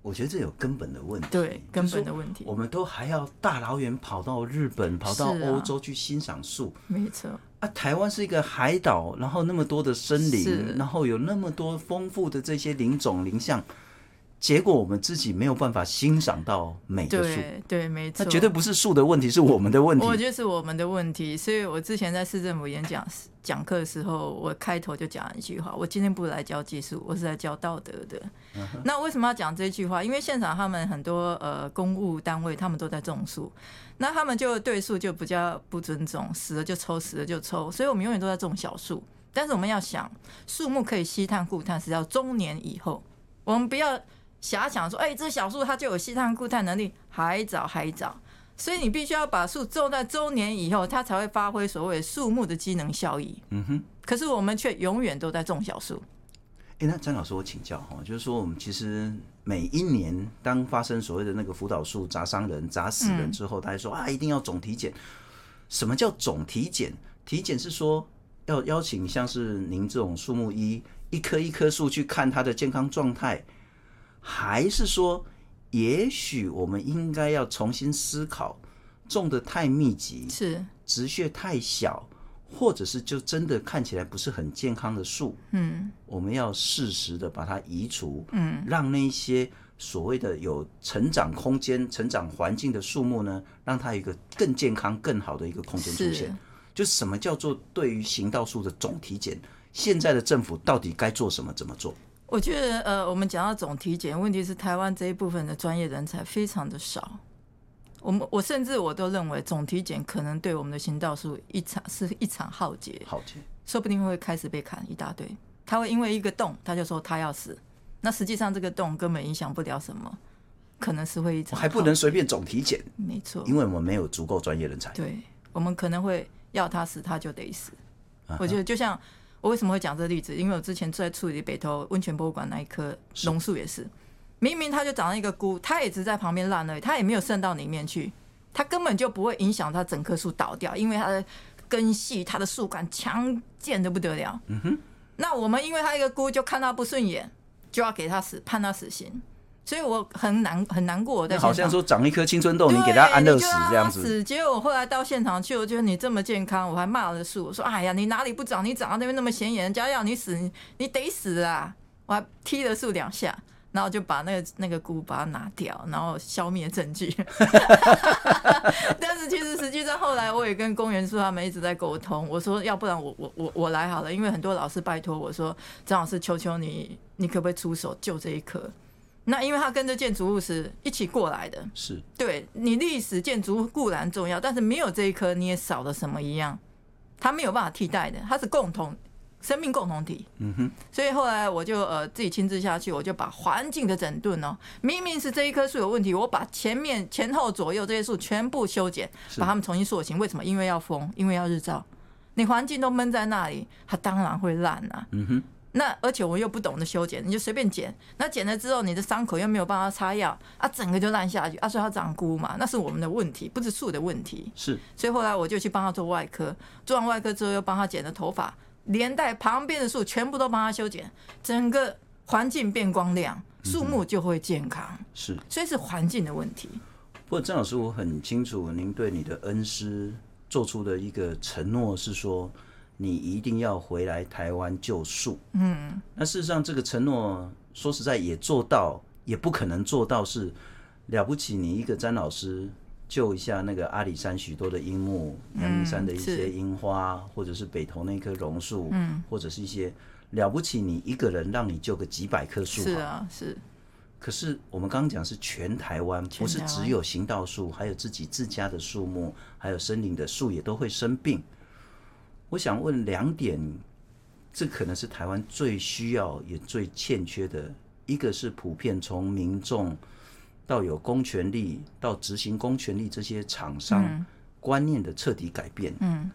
S1: 我觉得这有根本的问题，
S2: 对根本的
S1: 题。
S2: 问题，
S1: 我们都还要大老远跑到日本、跑到
S2: 是啊
S1: 欧洲去欣赏树
S2: 没错，
S1: 啊台湾是一个海岛，然后那么多的森
S2: 是
S1: 林，然后有那么多丰富的这些林种林相，结果我们自己没有办法欣赏到美的树。
S2: 对对，没错，
S1: 那绝对不是树的问题，是我们的问题。
S2: 我觉得是我们的问题，所以我之前在市政府演讲讲课的时候，我开头就讲一句话：我今天不来教技术，我是来教道德的。
S1: 嗯
S2: 那为什么要讲这句话？因为现场他们很多呃公务单位，他们都在种树，那他们就对树就比较不尊重，死了就抽，死了就抽，所以我们永远都在种小树。但是我们要想，树木可以吸碳固碳，是要中年以后，我们不要遐想说，哎、这小树它就有吸碳固碳能力，还早还早。所以你必须要把树种在周年以后，它才会发挥所谓树木的机能效益。
S1: 嗯哼，
S2: 可是我们却永远都在种小树，
S1: 诶，那张老师，我请教哈，就是说我们其实每一年当发生所谓的那个辅导树砸伤人、砸死人之后，大家说啊，一定要总体检。什么叫总体检？体检是说要邀请像是您这种树木医，一棵一棵树去看它的健康状态，还是说，也许我们应该要重新思考，种的太密集，
S2: 是
S1: 植穴太小，或者是就真的看起来不是很健康的树，
S2: 嗯，
S1: 我们要适时的把它移除，嗯，让那些所谓的有成长空间、成长环境的树木呢，让它有一个更健康、更好的一个空间出
S2: 是
S1: 现。就什么叫做对于行道树的总体检？现在的政府到底该做什么？怎么做？
S2: 我觉得，呃，我们讲到总体检，问题是台湾这一部分的专业人才非常的少。我们我甚至我都认为总体检可能对我们的行道树一场是一场浩劫，
S1: 好听，
S2: 说不定会开始被砍一大堆。他会因为一个洞，他就说他要死，那实际上这个洞根本影响不了什么，可能是会一场
S1: 还不
S2: 浩
S1: 能随便总体检，
S2: 没错，
S1: 因为我们没有足够专业人才。
S2: 对，我们可能会要他死，他就得死。我觉得就像我为什么会讲这个例子，因为我之前在处理北投温泉博物馆那一棵榕树也是，明明它就长了一个菇，它也只在旁边烂而已，它也没有渗到里面去，它根本就不会影响它整棵树倒掉，因为它的根系、它的树干强健的不得了。嗯哼，那我们因为它一个菇就看它不顺眼，就要给它死，判它死刑。所以我很难很难过，我在
S1: 那好
S2: 现
S1: 像
S2: 场
S1: 说长一颗青春痘，你给
S2: 对
S1: 它安乐
S2: 你
S1: 死
S2: 就让
S1: 这样
S2: 它
S1: 子，
S2: 死结果我后来到现场去，我觉得你这么健康，我还骂了树，我说：“哎呀，你哪里不长？你长到那边那么显眼，人家要你死，你你得死啊！”我还踢了树两下，然后就把那个那个菇把它拿掉，然后消灭证据。 但是其实实际上后来我也跟公园处他们一直在沟通，我说要不然我我我我来好了，因为很多老师拜托我说张老师求求你，你可不可以出手救这一棵？那因为他跟着建筑物是一起过来的，
S1: 是
S2: 对你历史建筑固然重要，但是没有这一颗你也少了什么一样，它没有办法替代的，它是共同生命共同体。嗯
S1: 哼，
S2: 所以后来我就呃自己亲自下去，我就把环境的整顿哦，明明是这一棵树有问题，我把前面前后左右这些树全部修剪，
S1: 是
S2: 把它们重新塑形。为什么？因为要风，因为要日照，你环境都闷在那里，它当然会烂啊。嗯
S1: 哼。
S2: 那而且我又不懂得修剪，你就随便剪，那剪了之后你的伤口又没有办法擦药啊，整个就烂下去啊，所以它长菇嘛，那是我们的问题，不是树的问题。
S1: 是
S2: 所以后来我就去帮他做外科，做完外科之后又帮他剪了头发，连带旁边的树全部都帮他修剪，整个环境变光亮，树木就会健康，
S1: 是。
S2: 所以是环境的问题。
S1: 不过郑老师，我很清楚您对你的恩师做出的一个承诺是说，你一定要回来台湾救树。嗯，那事实上这个承诺说实在也做到，也不可能做到是了不起。你一个詹老师救一下那个阿里山许多的樱木，阳明山的一
S2: 是
S1: 些樱花，或嗯者是北投那棵榕树，嗯，或者是一些了不起，你一个人让你救个几百棵树，
S2: 是啊，是
S1: 可是我们刚刚讲是全台湾，不
S2: 全
S1: 是
S2: 台湾
S1: 只有行道树，还有自己自家的树木，还有森林的树也都会生病。我想问两点，这可能是台湾最需要也最欠缺的，一个是普遍从民众到有公权力到执行公权力这些厂商、观念的彻底改变。
S2: 嗯，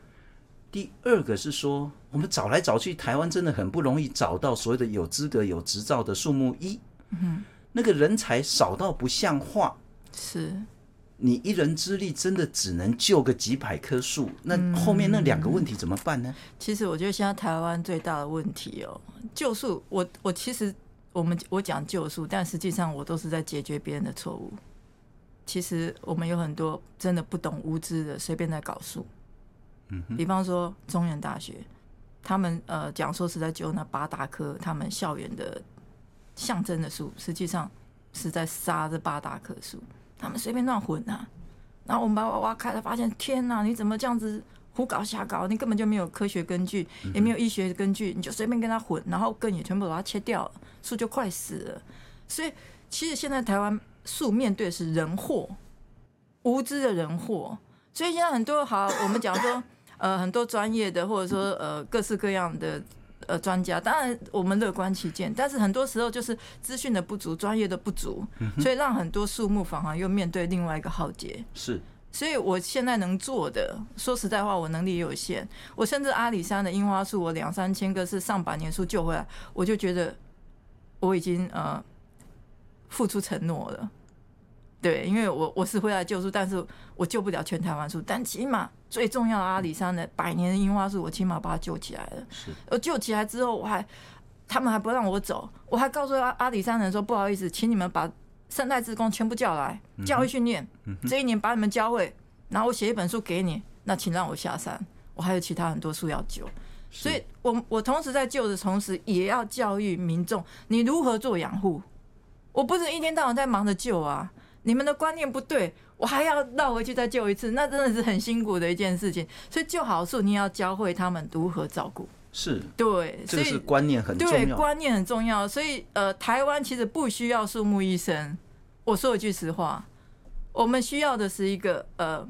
S1: 第二个是说，我们找来找去，台湾真的很不容易找到所谓的有资格、有执照的树木医。嗯，那个人才少到不像话。
S2: 是
S1: 你一人之力真的只能救个几百棵树，
S2: 嗯
S1: 那后面那两个问题怎么办呢？
S2: 其实我觉得现在台湾最大的问题哦，救赎我我其实我们我讲救赎，但实际上我都是在解决别人的错误。其实我们有很多真的不懂无知的，随便在搞树。嗯，比方说中原大学，他们呃讲说是在救那八达科他们校园的象征的树，实际上是在杀这八达科树，他们随便乱混啊。然后我们把它挖开了，发现天哪，你怎么这样子胡搞瞎搞？你根本就没有科学根据，也没有医学根据，你就随便跟它混，然后根也全部把它切掉了，树就快死了。所以其实现在台湾树面对的是人祸，无知的人祸。所以现在很多好，我们讲说，呃，很多专业的或者说呃各式各样的呃专家，当然我们乐观其见，但是很多时候就是资讯的不足，专业的不足，所以让很多树木反而又面对另外一个浩劫。
S1: 是
S2: 所以我现在能做的，说实在话，我能力也有限。我甚至阿里山的樱花树，我两三千个是上百年树救回来，我就觉得我已经呃付出承诺了。对，因为我我是回来救树，但是我救不了全台湾树，但起码最重要的阿里山的百年的樱花树，我起码把它救起来了。
S1: 是，
S2: 我救起来之后，我还他们还不让我走，我还告诉阿阿里山人说，不好意思，请你们把善待职工全部叫来，教育训练，这一年把你们教会，然后我写一本书给你，那请让我下山，我还有其他很多书要救。所以我我同时在救的同时，也要教育民众，你如何做养护。我不是一天到晚在忙着救啊，你们的观念不对，我还要绕回去再救一次，那真的是很辛苦的一件事情。所以救好树，你也要教会他们如何照顾。
S1: 是，
S2: 对，
S1: 这
S2: 所
S1: 个
S2: 以
S1: 是观念很重
S2: 对
S1: 要。
S2: 观念很重要。所以呃，台湾其实不需要树木医生。我说一句实话，我们需要的是一个呃，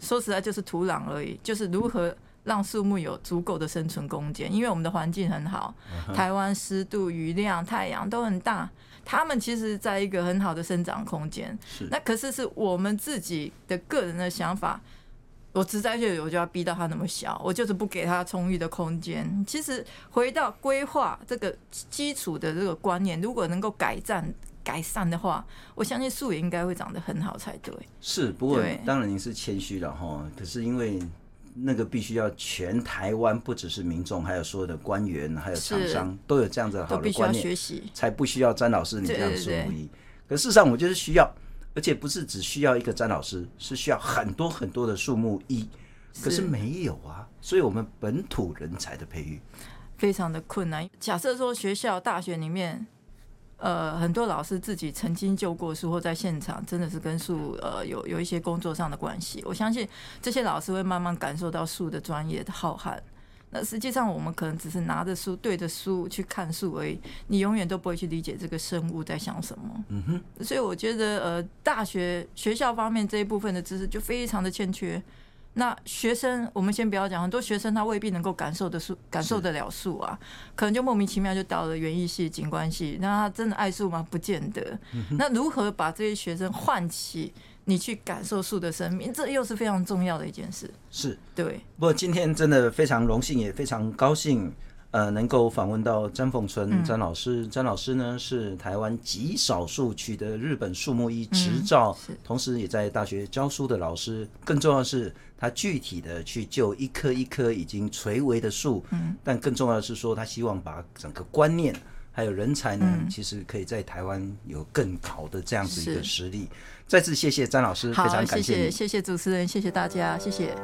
S2: 说实在就是土壤而已，就是如何让树木有足够的生存空间。因为我们的环境很好，
S1: 嗯
S2: 台湾湿度、雨量、太阳都很大，它们其实在一个很好的生长空间。
S1: 是
S2: 那可是是我们自己的个人的想法。我植栽就有，我就要逼到它那么小，我就是不给它充裕的空间。其实回到规划这个基础的这个观念，如果能够改善改善的话，我相信树也应该会长得很好才对。
S1: 是，不过
S2: 对
S1: 当然您是谦虚了哈，可是因为。那个必须要全台湾，不只是民众，还有所有的官员，还有厂
S2: 是
S1: 商，都有这样子好
S2: 都
S1: 的
S2: 必须
S1: 观
S2: 要
S1: 念。
S2: 学习。
S1: 才不需要詹老师你这样
S2: 对
S1: 树
S2: 对
S1: 木医。可事实上，我觉得需要，而且不是只需要一个詹老师，是需要很多很多的树木医。可是没有啊，所以我们本土人才的培育，
S2: 非常的困难。假设说学校、大学里面，呃，很多老师自己曾经救过书，或在现场真的是跟树呃有有一些工作上的关系。我相信这些老师会慢慢感受到树的专业的浩瀚。那实际上，我们可能只是拿着书对着书去看书而已，你永远都不会去理解这个生物在想什么。嗯哼。所以我觉得，呃，大学学校方面这一部分的知识就非常的欠缺。那学生，我们先不要讲，很多学生他未必能够感受得树，感受得了树啊，可能就莫名其妙就到了园艺系、景观系。那他真的爱树吗？不见得。
S1: 嗯
S2: 那如何把这些学生唤起你去感受树的生命，这又是非常重要的一件事。
S1: 是
S2: 对，
S1: 不过今天真的非常荣幸，也非常高兴，呃，能够访问到詹凤春詹老师。詹老师呢是台湾极少数取得日本树木医执照，
S2: 是
S1: 同时也在大学教书的老师。更重要的是，他具体的去救一棵一棵已经垂危的树，但更重要的是说，他希望把整个观念。还有人才呢，其实可以在台湾有更好的这样子一个
S2: 是
S1: 实力。再次谢谢詹老师，非
S2: 好，
S1: 常
S2: 谢
S1: 感谢你。
S2: 谢谢谢主持人，谢谢大家，谢谢。